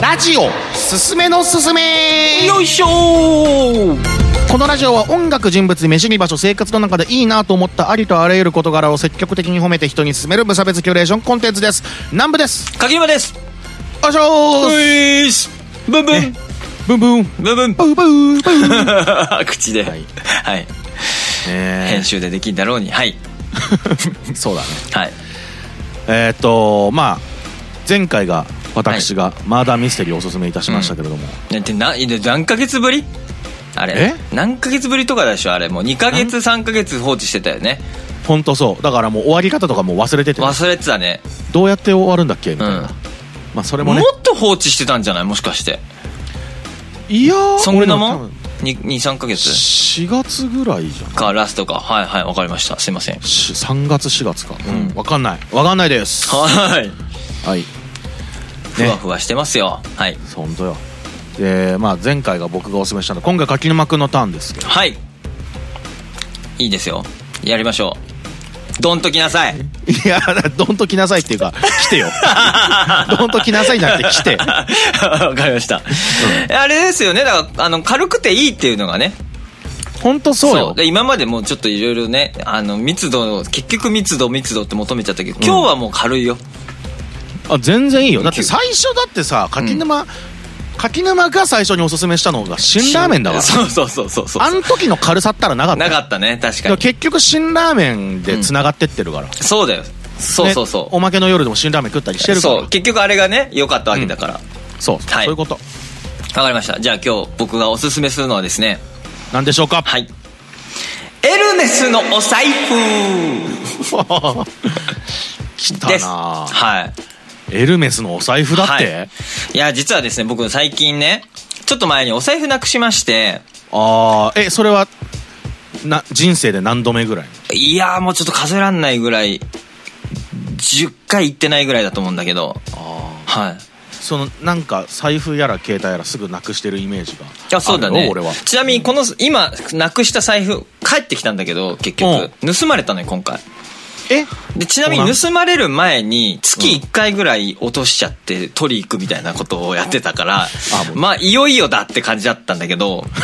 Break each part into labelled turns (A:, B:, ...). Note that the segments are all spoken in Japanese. A: ラジオすすめのすすめ
B: よいしょー
A: このラジオは音楽人物飯に場所生活の中でいいなと思ったありとあらゆる事柄を積極的に褒めて人に勧める無差別キュレーションコンテンツです南部です
B: 鍵山です
A: おしょ
B: う
A: ー
B: いーしブンブン
A: ブンブン
B: ブンブン
A: ブーブーブ ー
B: 口で
A: はい
B: はい
A: ね
B: 編集でできんだろうにはい
A: えそうだね
B: はい
A: えーっとまあ前回が私がマーダーミステリーをおすすめいたしましたけれども、
B: だってなで何ヶ月ぶりあれ何ヶ月ぶりとかでしょあれもう2ヶ月3ヶ月放置してたよね
A: ほんとそうだからもう終わり方とかもう忘れてて
B: 忘れてたね
A: どうやって終わるんだっけみたいな、
B: うん
A: まあそれも
B: も
A: ね
B: っと放置してたんじゃないもしかして
A: いやー
B: そんな
A: 俺
B: も
A: ら多
B: ん
A: 分
B: 23ヶ月
A: 4月ぐらいじゃん
B: かラストかはいはいわかりましたすいません
A: し3月4月かうん
B: うん
A: 分かんない分かんないです
B: はい
A: はい
B: ふわふわしてますよはい
A: そう本当よでまあ前回が僕がおすすめしたの今回柿沼くんのターンですけど
B: はいいいですよやりましょうドンときなさい
A: いやどんと来なさいっていうか来 てよどんと来なさいじゃなくて来て
B: わかりました。あれですよね、だから、あの、軽くていいっていうのがね。
A: 本当そうよ
B: で今までもうちょっといろいろね、あの、密度、結局密度、密度って求めちゃったけど、今日はもう軽いよ。
A: あ全然いいよだって最初だってさ柿沼、柿沼が最初におすすめしたのが辛ラーメンだから
B: そうそうそうそうそう。
A: あん時の軽さったらなかった
B: な
A: よ
B: かったね、確か
A: でも
B: に。
A: 結局辛ラーメンでつながってってるから、
B: そうだよ。そうそう
A: ね
B: そ
A: おまけの夜でも辛ラーメン食ったりして
B: う。
A: るから
B: そう、結局あれがね、良かったわけだから。わ、
A: そうそう、
B: はい
A: そういうこと
B: かりました。じゃあ今日僕がおすすめするのはですね、
A: なんでしょうか、
B: はい。エルメスのお財布
A: 来
B: で
A: た
B: す。
A: なあ
B: はい。
A: エルメスのお財布だって、
B: はい、いや実はですね僕最近ねちょっと前にお財布なくしまして
A: ああえそれはな人生で何度目ぐらい
B: いやーもうちょっと数えらんないぐらい10回行ってないぐらいだと思うんだけど
A: あ
B: はい
A: そのなんか財布やら携帯やらすぐなくしてるイメージが
B: いやそうだ
A: ある
B: ね
A: よ俺は
B: ちなみにこの今なくした財布帰ってきたんだけど結局盗まれたのよ今回
A: え
B: でちなみ
A: そうな
B: に
A: の
B: 盗まれる前に月1回ぐらい落としちゃって取り行くみたいなことをやってたから
A: あもう
B: まあいよいよだって感じだったんだけど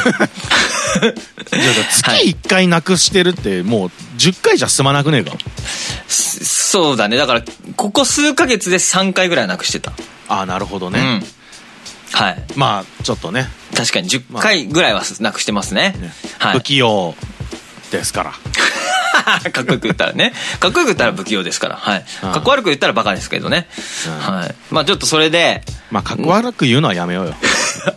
A: いやいや月1回なくしてるってもう10回じゃ済まなくねえか
B: そうだね。だから、ここ数ヶ月で3回ぐらいなくしてた。
A: ああなるほど
B: う
A: ね、
B: ん。はい。
A: まあちょっとね
B: 確かに10回ぐらいはなくしてますね。
A: ね
B: は
A: 不
B: い。
A: 器用ですから
B: かっこよく言ったらね。かっこよく言ったら不器用ですから。はい。
A: うん
B: かっこ悪く言ったらバカですけどね。
A: うん
B: はい。まあちょっとそれで、
A: まあかっこ悪く言うのはやめようよ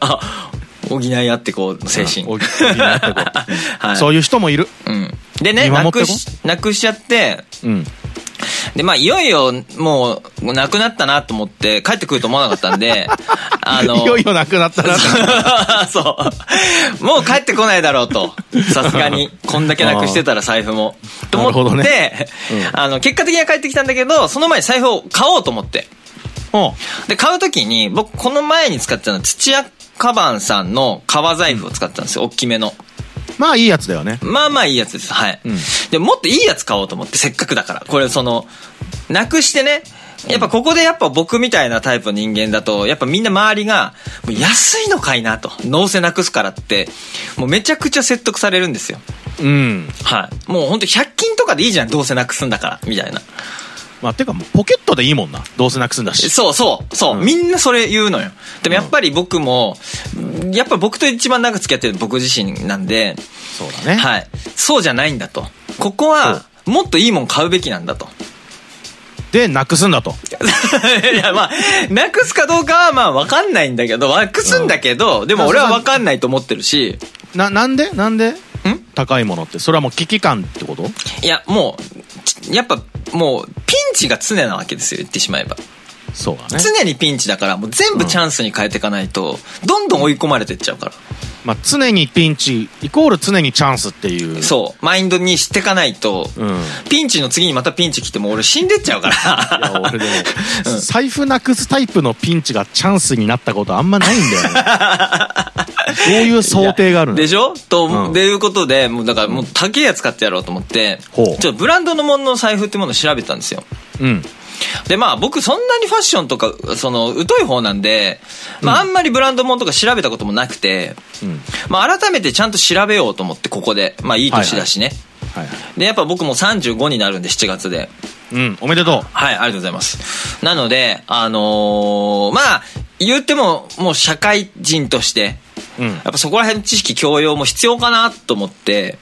B: あ、補い合ってこう、精神。
A: うん補い合ってこ
B: はい。
A: そういう人もいる
B: うん。でね、
A: 見守
B: な
A: ってこ
B: くし、なくしちゃって、
A: うん
B: で、まあ、いよいよ、もう、なくなったなと思って、帰ってくると思わなかったん で、あの、
A: いよいよなくなったな
B: そう。もう帰ってこないだろうと。さすがに。こんだけなくしてたら財布も。と 思
A: なるほ
B: っ
A: ど
B: て、
A: うん
B: あの、結果的には帰ってきたんだけど、その前に財布を買おうと思って。
A: おう
B: で、買うときに、僕、この前に使ってたのは、土屋カバンさんの革財布を使ってたんですよ。大きめの。
A: まあいいやつだよね
B: まあまあいいやつです。はい。
A: うん
B: で、もっといいやつ買おうと思って、せっかくだから。これ、その、なくしてね、やっぱここでやっぱ僕みたいなタイプの人間だと、やっぱみんな周りが、もう安いのかいなと。どうせなくすからって、もうめちゃくちゃ説得されるんですよ。
A: うん
B: はい。もうほんと100均とかでいいじゃん、どうせなくすんだから、みたいな。
A: まあてかもうポケットでいいもんなどうせなくすんだし
B: そうそう、そう、
A: うん
B: みんなそれ言うのよ。でもやっぱり僕も、やっぱ僕と一番長く付き合ってる僕自身なんで、
A: そうだね
B: はい。そうじゃないんだと。ここは、もっといいもん買うべきなんだと。
A: でなくすんだと
B: いや、まあ、なくすかどうかはまあ、わかんないんだけど、なくすんだけど、でも俺はわかんないと思ってるし、
A: ななんでなんで高いものってそれはもう危機感ってこと
B: いや、もう、ちやっぱ、もう、ピンチが常なわけですよ、言ってしまえば。
A: そうだね
B: 常にピンチだから、もう全部チャンスに変えていかないと、どんどん追い込まれてっちゃうから。
A: まあ常にピンチイコール常にチャンスっていう
B: そう、マインドにしていかないと、
A: うん
B: ピンチの次にまたピンチ来ても俺死んでっちゃうか
A: いや
B: ら。
A: 俺で も、財布なくすタイプのピンチがチャンスになったことあんまないんだよね どういう想定があるの
B: でしょと、
A: うん
B: でいうことで、もうだからもう高いやつ買ってやろうと思って、
A: ほう
B: ちょっとブランドのものの財布ってものを調べたんですよ。
A: うん
B: で、まあ僕そんなにファッションとか、その、疎い方なんで、まああんまりブランドもんとか調べたこともなくて、
A: うん
B: まあ改めてちゃんと調べようと思ってここで、まあいい年だしね。
A: はいはい
B: で、やっぱ僕も35になるんで7月で。
A: うんおめでと
B: はい、ありがとうございます。なので、あのーまあ、言っても、もう社会人として、
A: ううん
B: やっぱそこら辺の知識教養も必要かなと思って、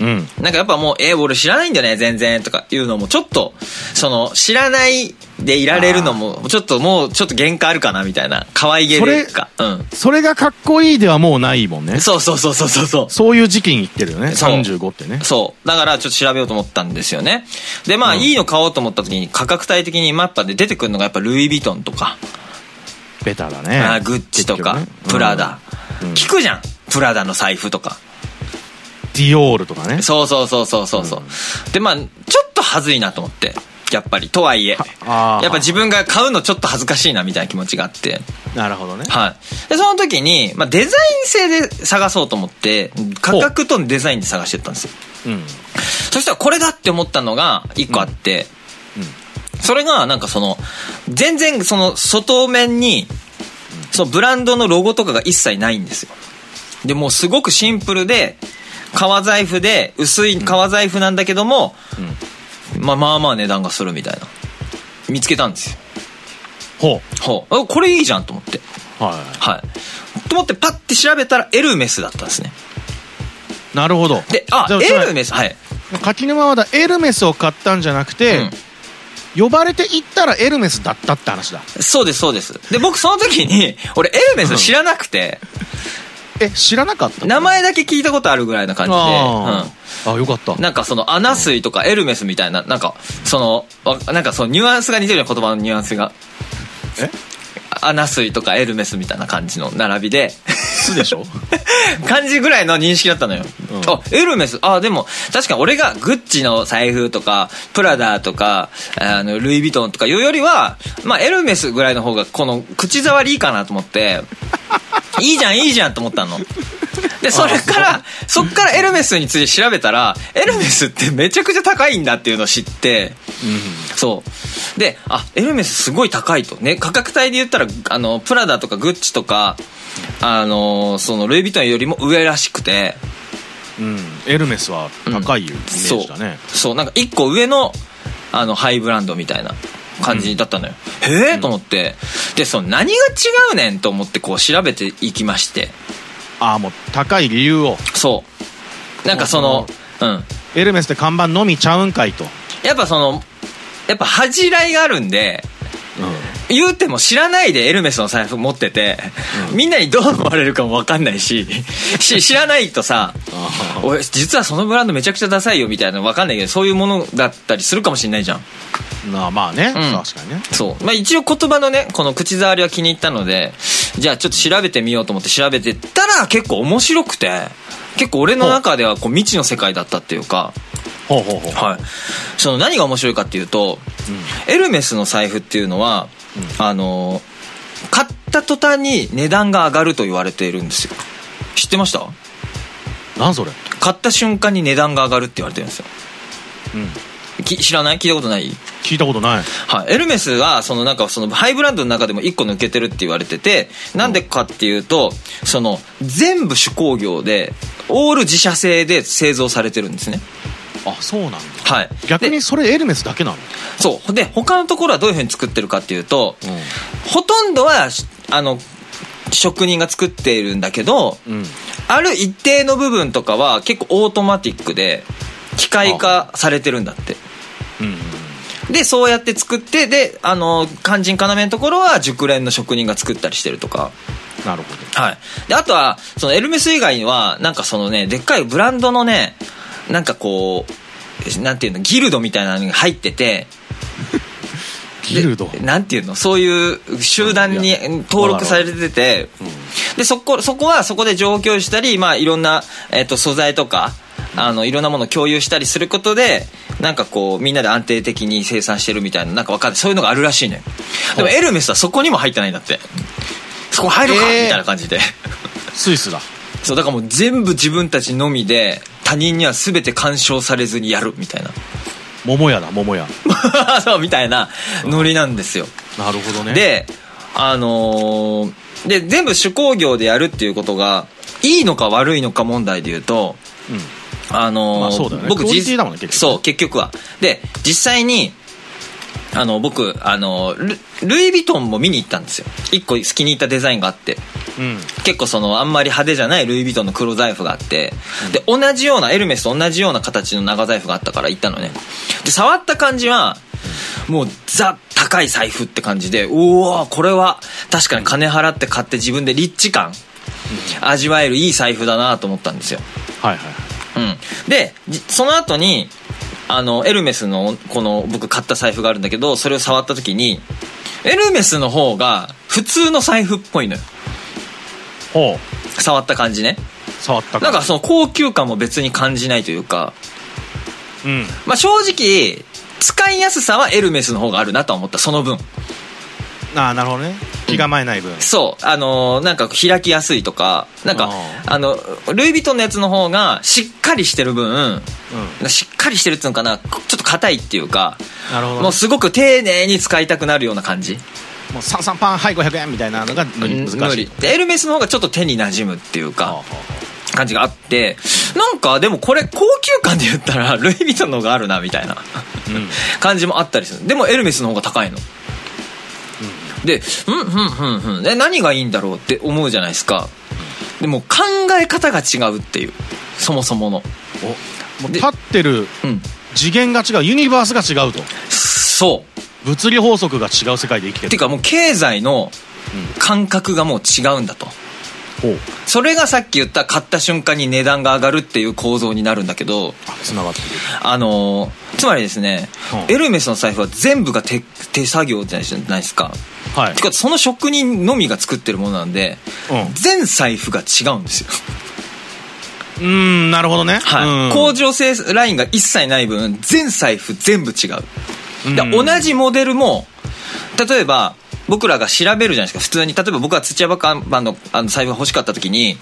A: うん
B: なんかやっぱもう、えー、俺知らないんだよね、全然、とかいうのも、ちょっと、その、知らないでいられるのも、ちょっともう、ちょっと限界あるかな、みたいな。可愛げ
A: そ
B: で
A: れ
B: いうか。うん。
A: それがかっこいいではもうないもんね
B: そうそうそうそうそうそう。
A: そういう時期に言ってるよね
B: そう
A: 35ってね
B: そう。だから、ちょっと調べようと思ったんですよね。で、まあ、
A: うん
B: いいの買おうと思った時に、価格帯的にマッパで出てくるのが、やっぱ、ルイ・ヴィトンとか、
A: ベタだね
B: あーグッチとか、
A: 結局ね
B: プラダ、
A: うん
B: 聞くじゃんプラダの財布とか
A: ディオールとかね
B: そうそうそうそうそうそう、でまあちょっと恥ずいなと思ってやっぱりとはいえ
A: あ
B: や
A: ー
B: っぱ自分が買うのちょっと恥ずかしいなみたいな気持ちがあって
A: なるほどね
B: はいでその時に、まあ、デザイン性で探そうと思って価格とデザインで探してったんですよ
A: うん
B: そしたらこれだって思ったのが一個あって、それがなんかその全然その外面にそのブランドのロゴとかが一切ないんですよでもうすごくシンプルで革財布で薄い革財布なんだけども、まあまあまあ値段がするみたいな見つけたんですよ
A: ほ
B: ほうあこれいいじゃんと思って
A: うは
B: はいと思ってパッて調べたらエルメスだったんですね
A: いなるほど
B: であ
A: じゃ
B: エル
A: メ
B: メスはい
A: 柿沼はだエルメスを買ったんじゃなくて呼ばれて行ったらエルメスだったって話だ
B: そうです、そうです。で、僕その時に、 俺エルメス知らなくて、
A: え知らなかった
B: 名前だけ聞いたことあるぐらいな感じ
A: あ
B: で、
A: ーあよかった
B: うん。なんかその、アナ水とかエルメスみたいな、なんか、その、わなんかそのニュアンスが似てるような言葉のニュアンスが。
A: え
B: アナ水とかエルメスみたいな感じの並びで、
A: すでし ょ
B: 感じぐらいの認識だったのよ。
A: うん
B: あ、エルメス、あ、でも、確かに俺がグッチの財布とか、プラダとか、あの、ルイ・ヴィトンとかいうよりは、まあ、エルメスぐらいの方が、この、口触りいいかなと 思って、いいじゃん、いいじゃんと思ったの。で、それから、そっからエルメスについて調べたら、エルメスってめちゃくちゃ高いんだっていうのを知って、そう。で、あ、エルメスすごい高いと。ね、価格帯で言ったら、あの、プラダとかグッチとか、あの、その、ルイ・ヴィトンよりも上らしくて、
A: うん、うん、エルメスは高いイメージだね、
B: そうそうなんか一個上のあのハイブランドみたいな感じだったのよ、へえ、と思ってでその何が違うねんと思ってこう調べていきまして
A: ああもう高い理由を
B: そうなんかそのうん
A: エルメスって看板のみちゃうんかいと、
B: やっぱそのやっぱ恥じらいがあるんで言うても知らないでエルメスの財布持ってて、みんなにどう思われるかも分かんないしし知らないとさ
A: あ
B: 俺実はそのブランドめちゃくちゃダサいよみたいなの分かんないけどそういうものだったりするかもしれないじゃん
A: なあまあね、
B: うん
A: 確かにね
B: そう。まあ、一応言葉のね、この口触りは気に入ったので、じゃあちょっと調べてみようと思って調べてったら結構面白くて、結構俺の中ではこう未知の世界だったっていうか、
A: ほうほうほう
B: はい。その何が面白いかっていうと、エルメスの財布っていうのは、あの、買った途端に値段が上がると言われているんですよ。知ってました
A: なんそれ、
B: 買った瞬間に値段が上がるって言われてるんですよ。
A: うん、
B: き知らない聞いたことない
A: 聞いたことない
B: はい、エルメスはそのなんかそのハイブランドの中でも1個抜けてるって言われててなんでかっていうとその全部手工業でオール自社製で製造されてるんですね
A: あそうなんだ
B: はい
A: 逆
B: で
A: にそれエルメスだけなの
B: そうで他のところはどういうふうに作ってるかっていうと、
A: う
B: ほとんどはしあの職人が作っているんだけど、
A: うん
B: ある一定の部分とかは結構オートマティックで機械化されてるんだって
A: うん
B: でそうやって作ってであの肝心要のところは熟練の職人が作ったりしてるとか
A: なるほど
B: はいであとはそのエルメス以外にはなんかそのねでっかいブランドのねなんかこうなんていうのギルドみたいなのが入ってて
A: ギルド
B: でなんていうのそういう集団
A: い
B: に
A: や
B: 登録されてて、でそこそこはそこで上京したり、まあ、いろんな、えっと素材とかあのいろんなものを共有したりすることでなんかこうみんなで安定的に生産してるみたいななんかわかんないそういうのがあるらしいねでもエルメスはそこにも入ってないんだってそこ入るか、
A: えー
B: みたいな感じで
A: スイスだ
B: そうだからもう全部自分たちのみで他人には全て干渉されずにやるみたいな
A: 桃屋だ桃屋
B: そうみたいなノリなんですよ。
A: なるほどね
B: で、あのーで、全部手工業でやるっていうことが、いいのか悪いのか問題で言うと、
A: うん
B: あのー
A: まあそうだよね
B: 僕
A: クオリ
B: 実
A: ティだもんね結局
B: そう結局はで実際にあの僕あのルルイ・ヴィトンも見に行ったんですよ一個好きに入ったデザインがあって
A: うん
B: 結構そのあんまり派手じゃないルイ・ヴィトンの黒財布があってで同じようなエルメスと同じような形の長財布があったから行ったのねで触った感じはもうザ高い財布って感じでうわこれは確かに金払って買って自分でリッチ感味わえるいい財布だなと思ったんですよ
A: はいはい
B: うん、でじその後にあのエルメスのこの僕買った財布があるんだけどそれを触った時にエルメスの方が普通の財布っぽいのよ
A: ほ
B: 触った感じね
A: う触った
B: なんかその高級感も別に感じないというか、
A: うん
B: まあ、正直使いやすさはエルメスの方があるなとは思ったその分
A: ああなるほどね気構えない分、
B: そうあのーなんか開きやすいとかなんか
A: あ
B: あのルイ・ヴィトンのやつの方がしっかりしてる分
A: うん
B: しっかりしてるっていうのかなちょっと硬いっていうか
A: なるほど
B: もうすごく丁寧に使いたくなるような感じ
A: もう三三パンはい500円みたいなのが無理難しい
B: でエルメスの方がちょっと手に馴染むっていう
A: はあは
B: か感じがあってなんかでもこれ高級感で言ったらルイ・ヴィトンの方があるなみたいな
A: あうん
B: 感じもあったりするでもエルメスの方が高いのでうんうんうんうんで何がいいんだろうって思うじゃないですかでも考え方が違うっていうそもそもの
A: おもう
B: で
A: 立ってる
B: うん
A: 次元が違うユニバースが違うと
B: そう
A: 物理法則が違う世界で生きて
B: ってい
A: る
B: うかもう経済の感覚がもう違うんだと
A: ほう
B: それがさっき言った買った瞬間に値段が上がるっていう構造になるんだけど
A: つながってる
B: あのーつまりですね、
A: うん
B: エルメスの財布は全部が手手作業じゃないですか
A: はい
B: てかその職人のみが作ってるものなんで、
A: うん
B: 全財布が違うんですよ、
A: うーんなるほどね
B: はい
A: うん
B: 工場生産ラインが一切ない分全財布全部違う、
A: うん
B: で同じモデルも例えば僕らが調べるじゃないですか普通に例えば僕は土屋バンバンのあの財布が欲しかった時に、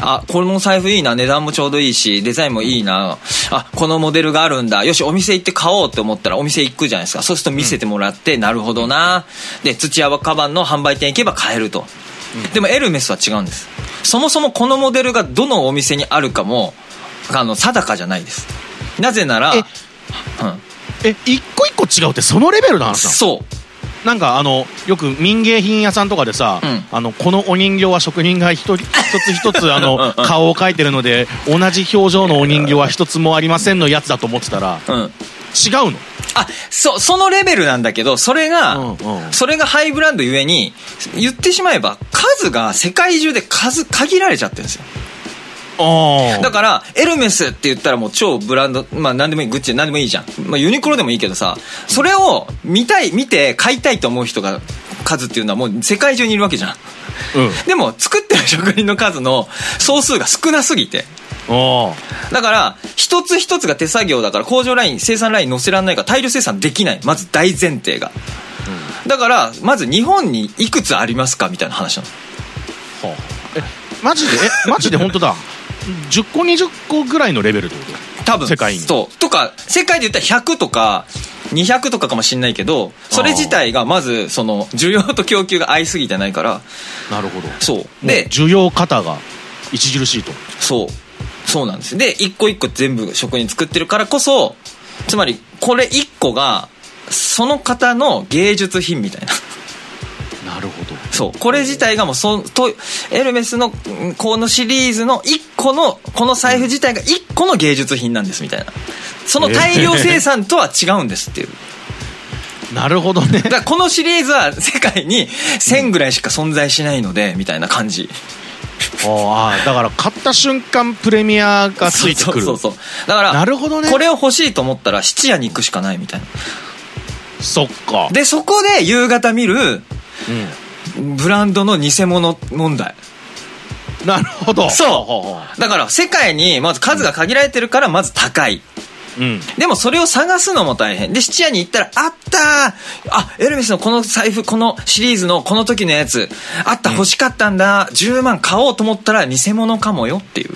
B: あこの財布いいな値段もちょうどいいしデザインもいいなあこのモデルがあるんだよしお店行って買おうと思ったらお店行くじゃないですかそうすると見せてもらって、なるほどなで土屋カバンの販売店行けば買えると、でもエルメスは違うんですそもそもこのモデルがどのお店にあるかもあの定かじゃないですなぜなら、う
A: え
B: ん、
A: え一個一個違うってそのレベルの話なの
B: そう
A: なんかあのよく民芸品屋さんとかでさ、
B: うん
A: あのこのお人形は職人が一 人一つ一つあの顔を描いてるので同じ表情のお人形は一つもありませんのやつだと思ってたら
B: うん
A: 違うの
B: あそうそのレベルなんだけどそれが、
A: うんうん
B: それがハイブランドゆえに言ってしまえば数が世界中で数限られちゃってるんですよ
A: ああ
B: だからエルメスって言ったらもう超ブランドまあ何でもいいグッチで何でもいいじゃん、まあ、ユニクロでもいいけどさそれを見たい見て買いたいと思う人が数っていうのはもう世界中にいるわけじゃん
A: うん
B: でも作ってる職人の数の総数が少なすぎて
A: あ
B: だから一つ一つが手作業だから工場ライン生産ライン載せられないから大量生産できないまず大前提が、だからまず日本にいくつありますかみたいな話なの
A: あ、はあ、えマジでえマジで本当だ10個20個ぐらいのレベルってこと
B: 多分
A: 世界に
B: そうとか世界で言ったら100とか200とかかもしれないけどそれ自体がまずその需要と供給が合いすぎてないから
A: なるほど
B: そう
A: で
B: で
A: 需要型が著しいと
B: そうそうなんですで一個一個全部職人作ってるからこそつまりこれ一個がその方の芸術品みたいな
A: なるほど
B: そうこれ自体がもうそんとエルメスのんこのシリーズの1個のこの財布自体が1個の芸術品なんですみたいなその大量生産とは違うんですっていう
A: なるほどね
B: だからこのシリーズは世界に1000ぐらいしか存在しないのでみたいな感じ
A: ああだから買った瞬間プレミアがついてくる
B: そうそうそうだから
A: なるほどね
B: これを欲しいと思ったら質屋に行くしかないみたいな
A: そっか
B: でそこで夕方見る
A: うん
B: ブランドの偽物問題
A: なるほど。ほほ
B: そうだから世界にまず数が限られてるからまず高い、
A: う。うん。
B: でもそれを探すのも大変。で、質屋に行ったら、あったーあ、エルメスのこの財布、このシリーズのこの時のやつ、あった、欲しかったんだ、10万買おうと思ったら偽物かもよっていう。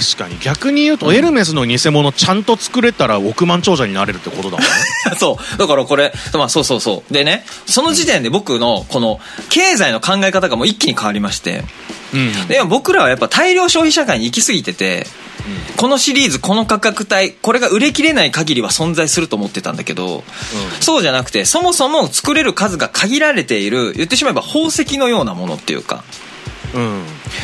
A: 確かに逆に言うと、エルメスの偽物ちゃんと作れたら億万長者になれるってことだもんね
B: そう。だからこれ、まあそうそうそう。でね、その時点で僕のこの経済の考え方がもう一気に変わりまして、
A: うん
B: で僕らはやっぱ大量消費社会に行き過ぎてて、このシリーズ、この価格帯、これが売れ切れない限りは存在すると思ってたんだけど、そうじゃなくて、そもそも作れる数が限られている、言ってしまえば宝石のようなものっていうか、
A: うん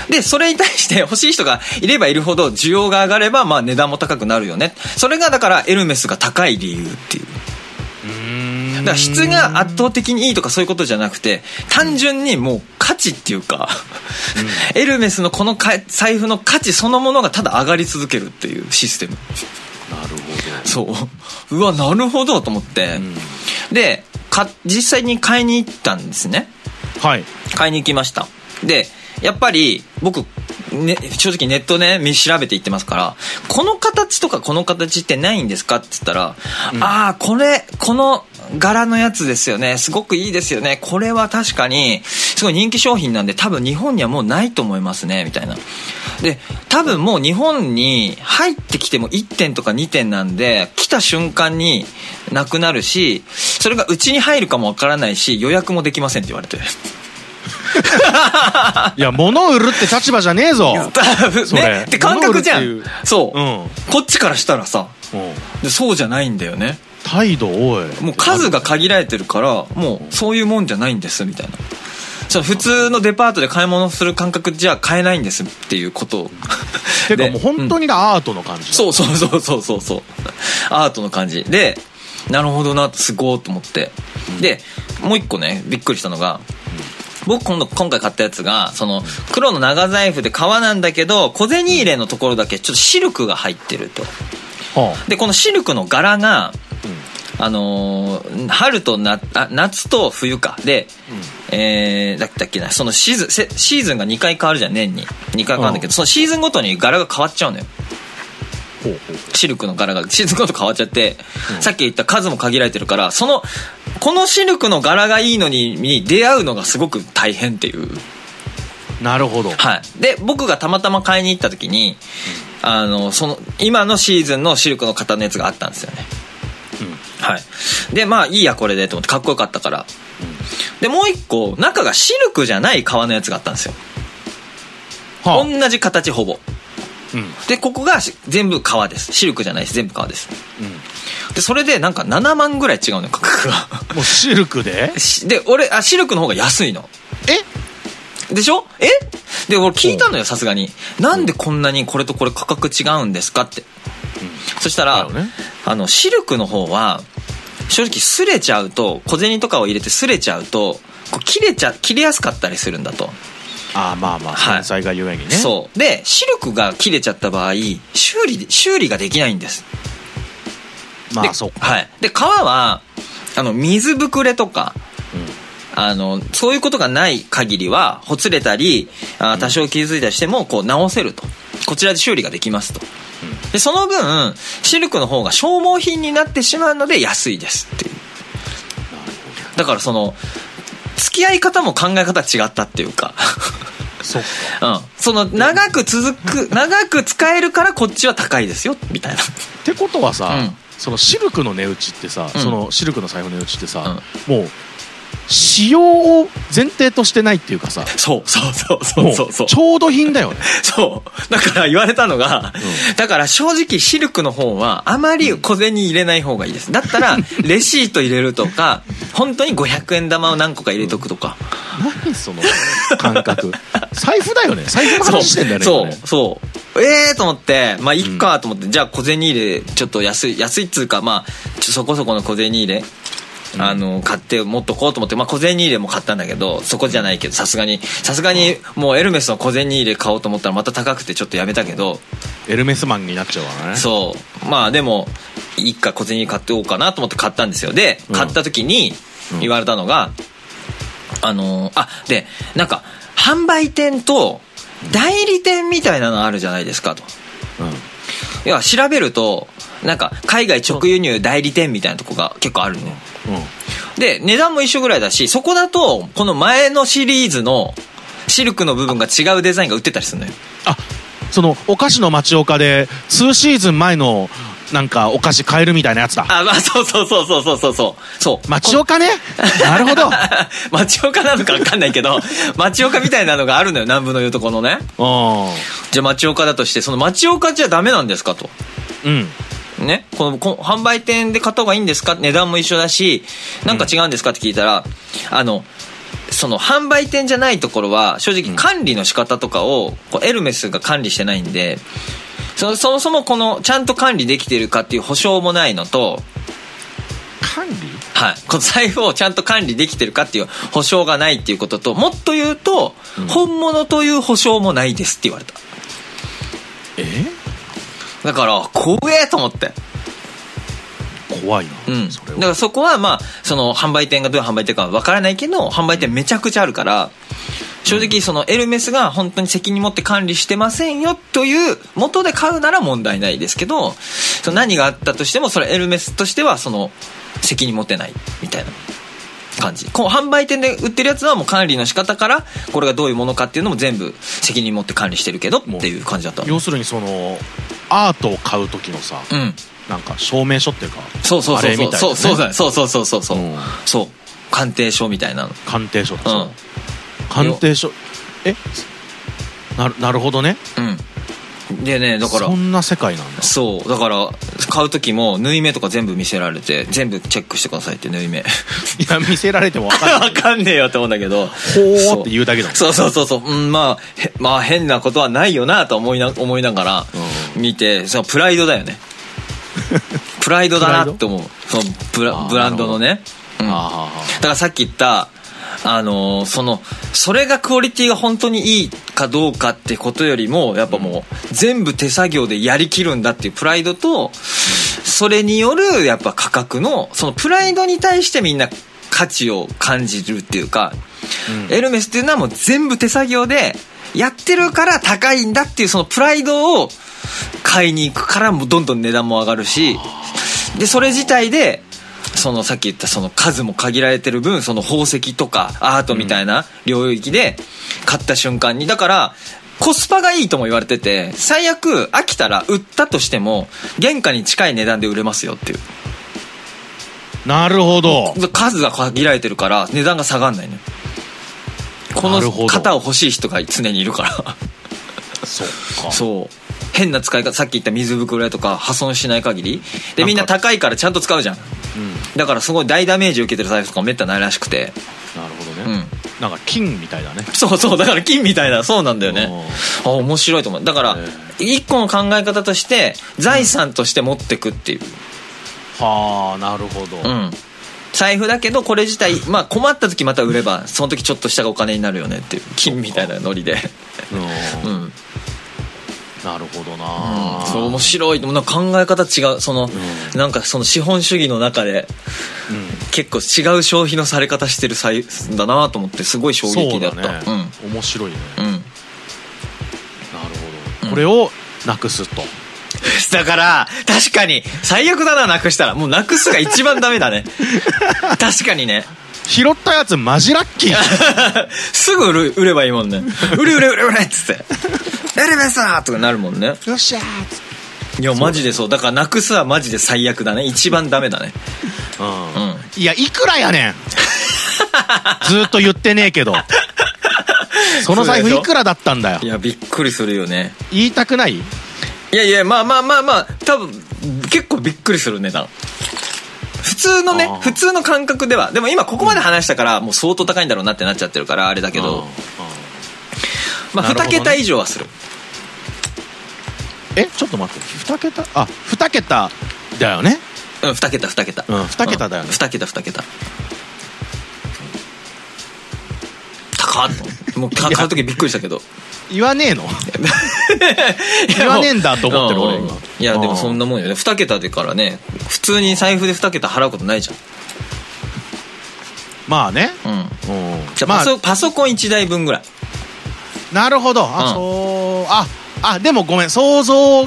B: で、それに対して 欲しい人がいればいるほど需要が上がれば、まあ値段も高くなるよね。それがだからエルメスが高い理由っていう。だから質が圧倒的にいいとかそういうことじゃなくて、単純にもう価値っていうか、エルメスのこのか財布の価値そのものがただ上がり続けるっていうシステム。
A: なるほ
B: そう。うわ、なるほどと思って。で、か、実際に買いに行ったんですね。
A: どはい
B: 買いに行きましたでやっぱり僕、ね、正直ネットね見調べていってますからこの形とかこの形ってないんですかって言ったら、ああこれこの柄のやつですよねすごくいいですよねこれは確かにすごい人気商品なんで多分日本にはもうないと思いますねみたいなで多分もう日本に入ってきても1点とか2点なんで来た瞬間になくなるしそれがうちに入るかもわからないし予約もできませんって言われて
A: いや物売るって立場じゃねえぞ それ
B: ねって感覚じゃ
A: 物売るっ
B: ん
A: てい
B: そう、
A: うん
B: こっちからしたらさ
A: うん
B: でそうじゃないんだよね
A: 態度おい
B: もう数が限られてるからもうそういうもんじゃないんですみたいなそう普通のデパートで買い物する感覚じゃ買えないんですっていうことを
A: てか
B: で
A: もう本当になアートの感じ
B: そうそうそうそうそうそうアートの感じでなるほどなすごいと思ってでもう一個ねびっくりしたのが僕今度今回買ったやつがその黒の長財布で革なんだけど小銭入れのところだけちょっとシルクが入ってると
A: はあ
B: でこのシルクの柄が、あのー春となあ夏と冬かで、えー、だったっけなそのシーズンせシーズンが2回変わるじゃん年に2回変わるんだけ
A: う
B: ど、
A: ん
B: そのシーズンごとに柄が変わっちゃうのよ
A: ほうほう
B: シルクの柄がシーズンごと変わっちゃって、さっき言った数も限られてるからそのこのシルクの柄がいいのにに出会うのがすごく大変っていう
A: なるほど
B: はい、で僕がたまたま買いに行った時に、あのその今のシーズンのシルクの型のやつがあったんですよね、はいでまあいいやこれでと思ってかっこよかったから、でもう一個中がシルクじゃない革のやつがあったんですよ、
A: はあ
B: 同じ形ほぼ
A: うん
B: でここがし全部革ですシルクじゃないです全部革ですでそれでなんか7万ぐらい違うのよ価格が
A: もうシルクで
B: しで俺あシルクの方が安いの
A: え
B: でしょえで、俺聞いたのよ、さすがに。なんでこんなにこれとこれ価格違うんですかって。そしたら、
A: だよね
B: あの、シルクの方は、正直擦れちゃうと、小銭とかを入れて擦れちゃうと、こう切れちゃ、切れやすかったりするんだと。
A: ああまあまあ
B: はい
A: 繊細がゆえにね
B: そう。で、シルクが切れちゃった場合、修理で、修理ができないんです。
A: ま
B: で
A: あそうか
B: はい。で、皮は、あの、水ぶくれとか、あの、そういうことがない限りは、ほつれたり、あ多少傷ついたりしても、こう、直せると。こちらで修理ができますと。で、その分、シルクの方が消耗品になってしまうので、安いですっていう。だから、その、付き合い方も考え方違ったっていうか。
A: そっか
B: うん。その、長く続く、長く使えるから、こっちは高いですよ、みたいな。
A: ってことはさ、
B: うん
A: そのシルクの値打ちってさ、
B: うん
A: そのシルクの財布の値打ちってさ、もう使用を前提としてないっていうか さ
B: そうそうそうそうそう
A: も
B: そう
A: う。ちょうど品だよね
B: そう。だから言われたのが、だから正直シルクの方はあまり小銭入れない方がいいです。だっ たら、レシート入れるとか、本当に500円玉を何個か入れとくとか。
A: 何その感 覚財布だよね財布の
B: そう、
A: 話してんだよね
B: そ
A: 今
B: う、
A: ね
B: そう。ええー、と思って、まあ、いっかと思って、じゃあ小銭入れ、ちょっと安い、安いっつうか、まあ、ちょそこそこの小銭入れ。あの買って持っとこうと思って、まあ、小銭入れも買ったんだけどそこじゃないけどさすがにさすがにもうエルメスの小銭入れ買おうと思ったらまた高くてちょっとやめたけど
A: エルメスマンになっちゃうからね
B: そう。まあでも、いいか小銭買っておうかなと思って買ったんですよ。で、
A: うん
B: 買った時に言われたのが、あのーあ、で、なんか、販売店と代理店みたいなのあるじゃないですかと。
A: うん、
B: いや、調べると、なんか、海外直輸入代理店みたいなとこが結構あるのよ。
A: うん
B: で、値段も一緒ぐらいだし、そこだと、この前のシリーズのシルクの部分が違うデザインが売ってたりするのよ。
A: あそのお菓子の町岡で数シーズン前のなんかお菓子買えるみたいなやつだ
B: あ、まあ、そうそうそうそうそうそうそう。そう。
A: 町岡 ねなるほど
B: 町岡なのかわかんないけど、町岡みたいなのがあるのよ、南部の言うとこのね。じゃあ町岡だとして、その町岡じゃダメなんですかと。
A: うんうん
B: ね、このこ販売店で買った方がいいんですか値段も一緒だしなんか違うんですかって聞いたら、あのその販売店じゃないところは正直管理の仕方とかをこうエルメスが管理してないんでそそもそもこのちゃんと管理できてるかっていう保証もないのと、
A: 管理
B: はい、この財布をちゃんと管理できてるかっていう保証がないっていうことともっと言うと、本物という保証もないですって言われた
A: え
B: だから怖えと思って。
A: 怖いな、
B: うん、だ
A: そ
B: か
A: れ
B: らそこはまあその販売店がどういう販売店かわからないけど販売店めちゃくちゃあるから正直そのエルメスが本当に責任持って管理してませんよという元で買うなら問題ないですけどその何があったとしてもそれエルメスとしてはその責任持てないみたいな感じこう販売店で売ってるやつはもう管理の仕方からこれがどういうものかっていうのも全部責任持って管理してるけどっていう感じだった
A: 要するにそのアートを買う時のさ、
B: うん
A: なんか証明書っていうか
B: そうそう
A: あ
B: そう
A: れ
B: そ
A: み
B: う
A: たい
B: そうそう
A: な
B: だ
A: ね
B: ねそうそうそうそうそう
A: うん
B: そう鑑定書みたいなの
A: 鑑定書だ、
B: うん
A: 鑑定書えなるなるほどね
B: うんでねだから
A: そんな世界 なんだ
B: そうだから買う時も縫い目とか全部見せられて全部チェックしてくださいって縫い目
A: いや見せられても分かんない
B: わかんねえよって思うんだけどほ
A: ほーって言うだけだもん
B: そうそうそうそう、うん、まあへまあ変なことはないよなと思いな思いながら見てそのプライドだよ ねプライドだなって思うそのブ
A: あ
B: ラ
A: ー
B: ブランドのね、うん、
A: あ
B: だからさっき言った、あのーその、それがクオリティが本当にいいかどうかってことよりも、やっぱもう、全部手作業でやりきるんだっていうプライドと、それによる、やっぱ価格の、そのプライドに対してみんな価値を感じるっていうか、
A: うん
B: エルメスっていうのはもう全部手作業で、やってるから高いんだっていうそのプライドを買いに行くからもうどんどん値段も上がるし、でそれ自体でそのさっき言ったその数も限られてる分その宝石とかアートみたいな領域で買った瞬間にだからコスパがいいとも言われてて最悪飽きたら売ったとしても原価に近い値段で売れますよっていう
A: なるほど
B: 数が限られてるから値段が下がんないのよこ
A: なるほ
B: の
A: ど
B: 型を欲しい人が常にいるから
A: そっか
B: そう変な使い方さっき言った水袋やとか破損しない限りでみんな
A: なんか
B: 高いからちゃんと使うじゃん
A: うん
B: だからすごい大ダメージを受けてる財布とかもめったにないらしくて
A: なるほど
B: う
A: ね
B: ん
A: なんか金みたいだね
B: そうそうだから金みたいなそうなんだよねあ面白いと思うだから
A: へ
B: 一個の考え方として財産として持ってくっていう
A: はあなるほど
B: うん財布だけどこれ自体まあ困った時また売ればその時ちょっとしたお金になるよねっていう金みたいなノリで
A: うん
B: うん
A: なるほどな
B: そう面白いなんか考え方違うその
A: う
B: なんかその資本主義の中で
A: うん
B: 結構違う消費のされ方してる財布だなと思ってすごい衝
A: そ
B: 撃
A: う
B: だ
A: だ
B: った
A: ね面白いね
B: うんうん
A: なるほ
B: うん
A: どこれをなくすと
B: だから、確かに、最悪だな、なくしたら。もうなくすが一番ダメ だね。確かにね。
A: 拾ったやつマジラッキー
B: すぐ売る売ればいいもんね。売れ売れ売れ売れっつって。エレベーターとかなるもんね。
A: よっしゃーっつっ
B: いや、マジでそう。だから、なくすはマジで最悪だね。一番ダメだね。
A: てうん
B: うん。
A: いや、いくらや ねんずーっと言ってねえけど。その財布いくらだったんだよ
B: い。や、びっくりするよね。
A: 言いたくない
B: いやいや、まあまあまあまあ、多分、結構びっくりする値段。普通の
A: あ
B: ね
A: ー、
B: 普通の感覚では。でも今ここまで話したから、もう相当高いんだろうなってなっちゃってるから、あれだけ
A: うん
B: ど
A: うん、
B: まあ
A: なるほど
B: 2
A: ね
B: 桁以上はする。
A: え、ちょっと待って。二桁あ、二桁だよね。
B: うん、2桁2桁
A: うん二桁だよね
B: 2桁2桁高っともう か買う時びっくりしたけど
A: 言わ ねえの言わねえんだと思ってる俺
B: うんうん
A: 今。
B: いやでもそん
A: な。
B: なもんよね2桁でからね普通に財布で2桁払うことないじ
A: まあね。
B: ゃんうん
A: うん
B: じゃあ
A: ま
B: パ
A: あ
B: ソ,、、パソコン1台分ぐらい
A: なるほど。
B: うん
A: あ、そう、あ、あ、でもごめん。想像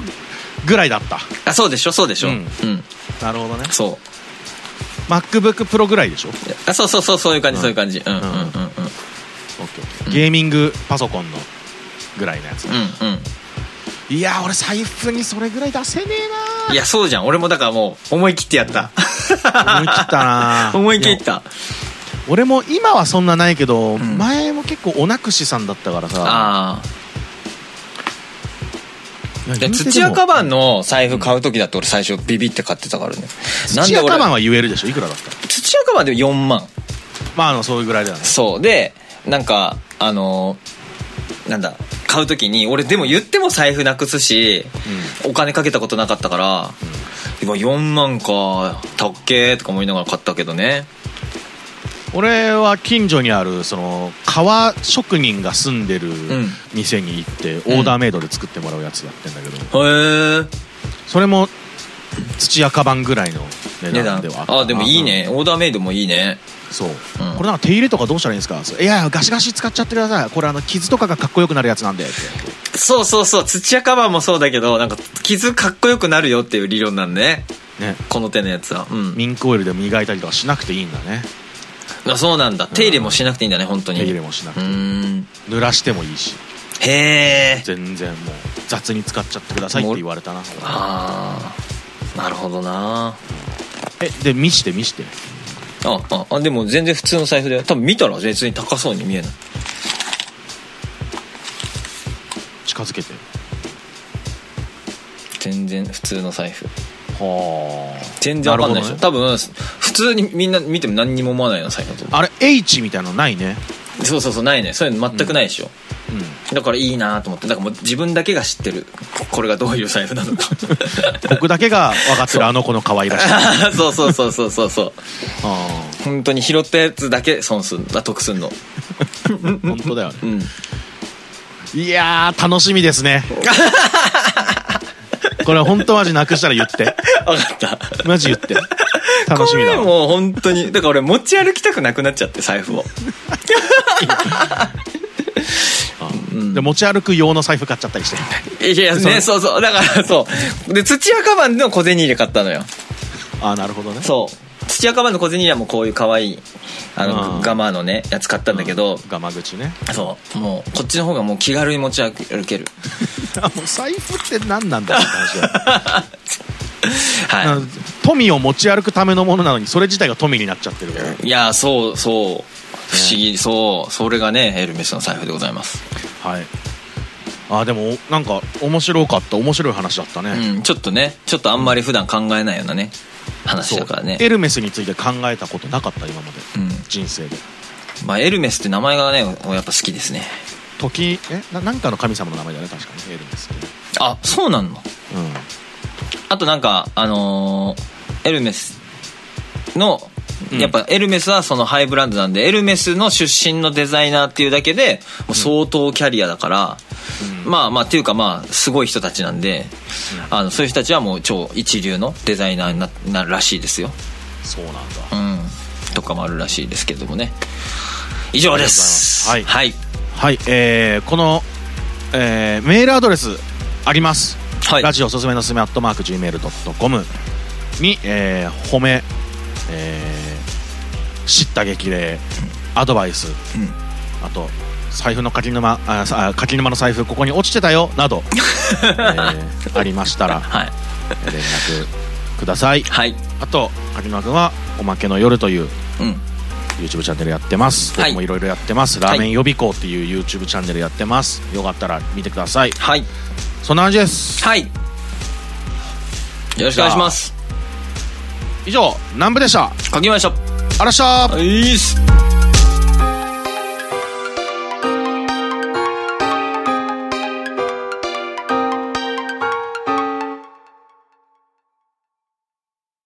A: ぐらいだった。
B: あそうでしょそうでしょう、
A: うんんなるほどね。
B: そう
A: MacBook Pro ぐらいでしょ
B: あそうそうそうそういう感じ、そういう感じうんうんうんうんうん
A: ゲーミングパソコンのぐらいのやつね。
B: うん
A: いや俺財布にそれぐらい出せねえ
B: いやそうじゃん俺もだからもう思い切ってやった
A: な思い切ったな
B: 思い切った
A: や俺も今はそんなないけど、
B: ん
A: 前も結構おなくしさんだったからさ
B: あ
A: い
B: あ
A: や
B: い
A: 言
B: や
A: うてでも
B: 土屋カバンの財布買う時だって俺最初ビビって買ってたからねなん
A: 土
B: で
A: 屋カバン
B: 俺
A: は言えるでしょいくらだったら
B: 土屋カバンで4万
A: まああのそういうぐらいだよね
B: そうでなんかあのーなんだ買う時に俺でも言っても財布なくすし、お金かけたことなかったから、今4万かたっけーとか思いながら買ったけどね
A: 俺は近所にあるその革職人が住んでる
B: ん
A: 店に行ってオーダーメイドで作ってもらうやつやってんだけど、
B: へえ
A: それも土屋カバンぐらいの値
B: 値
A: 段
B: 段
A: ではった
B: あでもいいねオーダーメイドもいいね
A: そう、
B: うん
A: これなんか手入れとかどうしたらいいんですかそういやいやガシガシ使っちゃってくださいこれあの傷とかがかっこよくなるやつなんでって
B: そうそうそう土屋カバンもそうだけどなんか傷かっこよくなるよっていう理論なんでね
A: ね
B: この手のやつはうん
A: ミンクオイルで磨いたりとかしなくていいんだね
B: あそうなんだ手入れもしなくていいんだね本当に
A: 手入れもしな
B: う
A: くて、
B: ーん
A: 濡らしてもいいし
B: へえ
A: 全然もう雑に使っちゃってくださいって言われたな
B: ああなるほどな
A: えで見して見して
B: あああでも全然普通の財布だよ多分見たら別に高そうに見えない
A: 近づけて
B: 全然普通の財布
A: はあ
B: 全然わかんないでしょ、
A: なる
B: 多分普通にみんな見ても何にも思わないような財布だと思
A: あれ H みたいなのないね
B: うそうそうそうないねそういうの全くないでしょ、
A: うん
B: だからいいなと思ってだからもう自分だけが知ってるここれがどういう財布な のか
A: 僕だけが分かってるあの子の可愛らし い
B: そうそうそうそうそうそう
A: あ
B: 本当に拾ったやつだけ損すんだ得すんの
A: ー本当だよね
B: うん
A: いやー楽しみです ねこれ本当マジなくしたら言って
B: 分かった
A: マジ言って楽しみだ
B: これ
A: わ
B: もう本当にだから俺持ち歩きたくなくなっちゃって財布を
A: うんで持ち歩く用の財布買っちゃったりして
B: いやいやねそうそうだからそうで土屋カバンの小銭入れ買ったのよ
A: ああなるほどね
B: そう土屋カバンの小銭入れはもうこういう可愛いあの
A: うん
B: ガマのねやつ買ったんだけど、
A: ガマ口ね
B: そうもうこっちの方がもう気軽に持ち歩ける
A: あもう財布って何なんだって話 だよ
B: はい
A: あの富を持ち歩くためのものなのにそれ自体が富になっちゃってるから
B: いやーそうそう不思議、そうそれがねエルメスの財布でございます、
A: はいあーでもなんか面白かった面白い話だったね、
B: うん、ちょっとねちょっとあんまり普段考えないようなね話
A: そう
B: だからね
A: エルメスについて考えたことなかった今まで、
B: うん
A: 人生で
B: まあ、エルメスって名前がねやっぱ好きですね
A: 時えななんかの神様の名前だよね確かにエルメスってね
B: あそうなの
A: うん
B: あとなんかあのーエルメスの
A: うん
B: やっぱエルメスはそのハイブランドなんで、エルメスの出身のデザイナーっていうだけでもう相当キャリアだから、まあまあっていうかまあすごい人たちなんで、あのそういう人たちはもう超一流のデザイナーにななるらしいですよ
A: そうなんだ
B: うんとかもあるらしいですけどもね以上です
A: ありが
B: はい
A: はいえーこの、えーメールアドレスあります、
B: はい
A: ラジオおすすめのすすめアットマーク Gmail.com に、えー褒め、えー知った激励アドバイス、
B: ん
A: あと財布の柿沼あさあ柿沼の財布ここに落ちてたよな ど、えーありましたら
B: はい
A: 連絡ください
B: はい
A: あと柿沼君は「おまけの夜」という
B: うん
A: YouTube チャンネルやってます
B: はい
A: 僕もいろいろやってますラーメン予備校っていう YouTube チャンネルやってますよかったら見てください
B: はい
A: そんな感じです
B: はいよろしくお願いします
A: 以上南部でした
B: 書きました
A: あらっしゃー
B: いいっす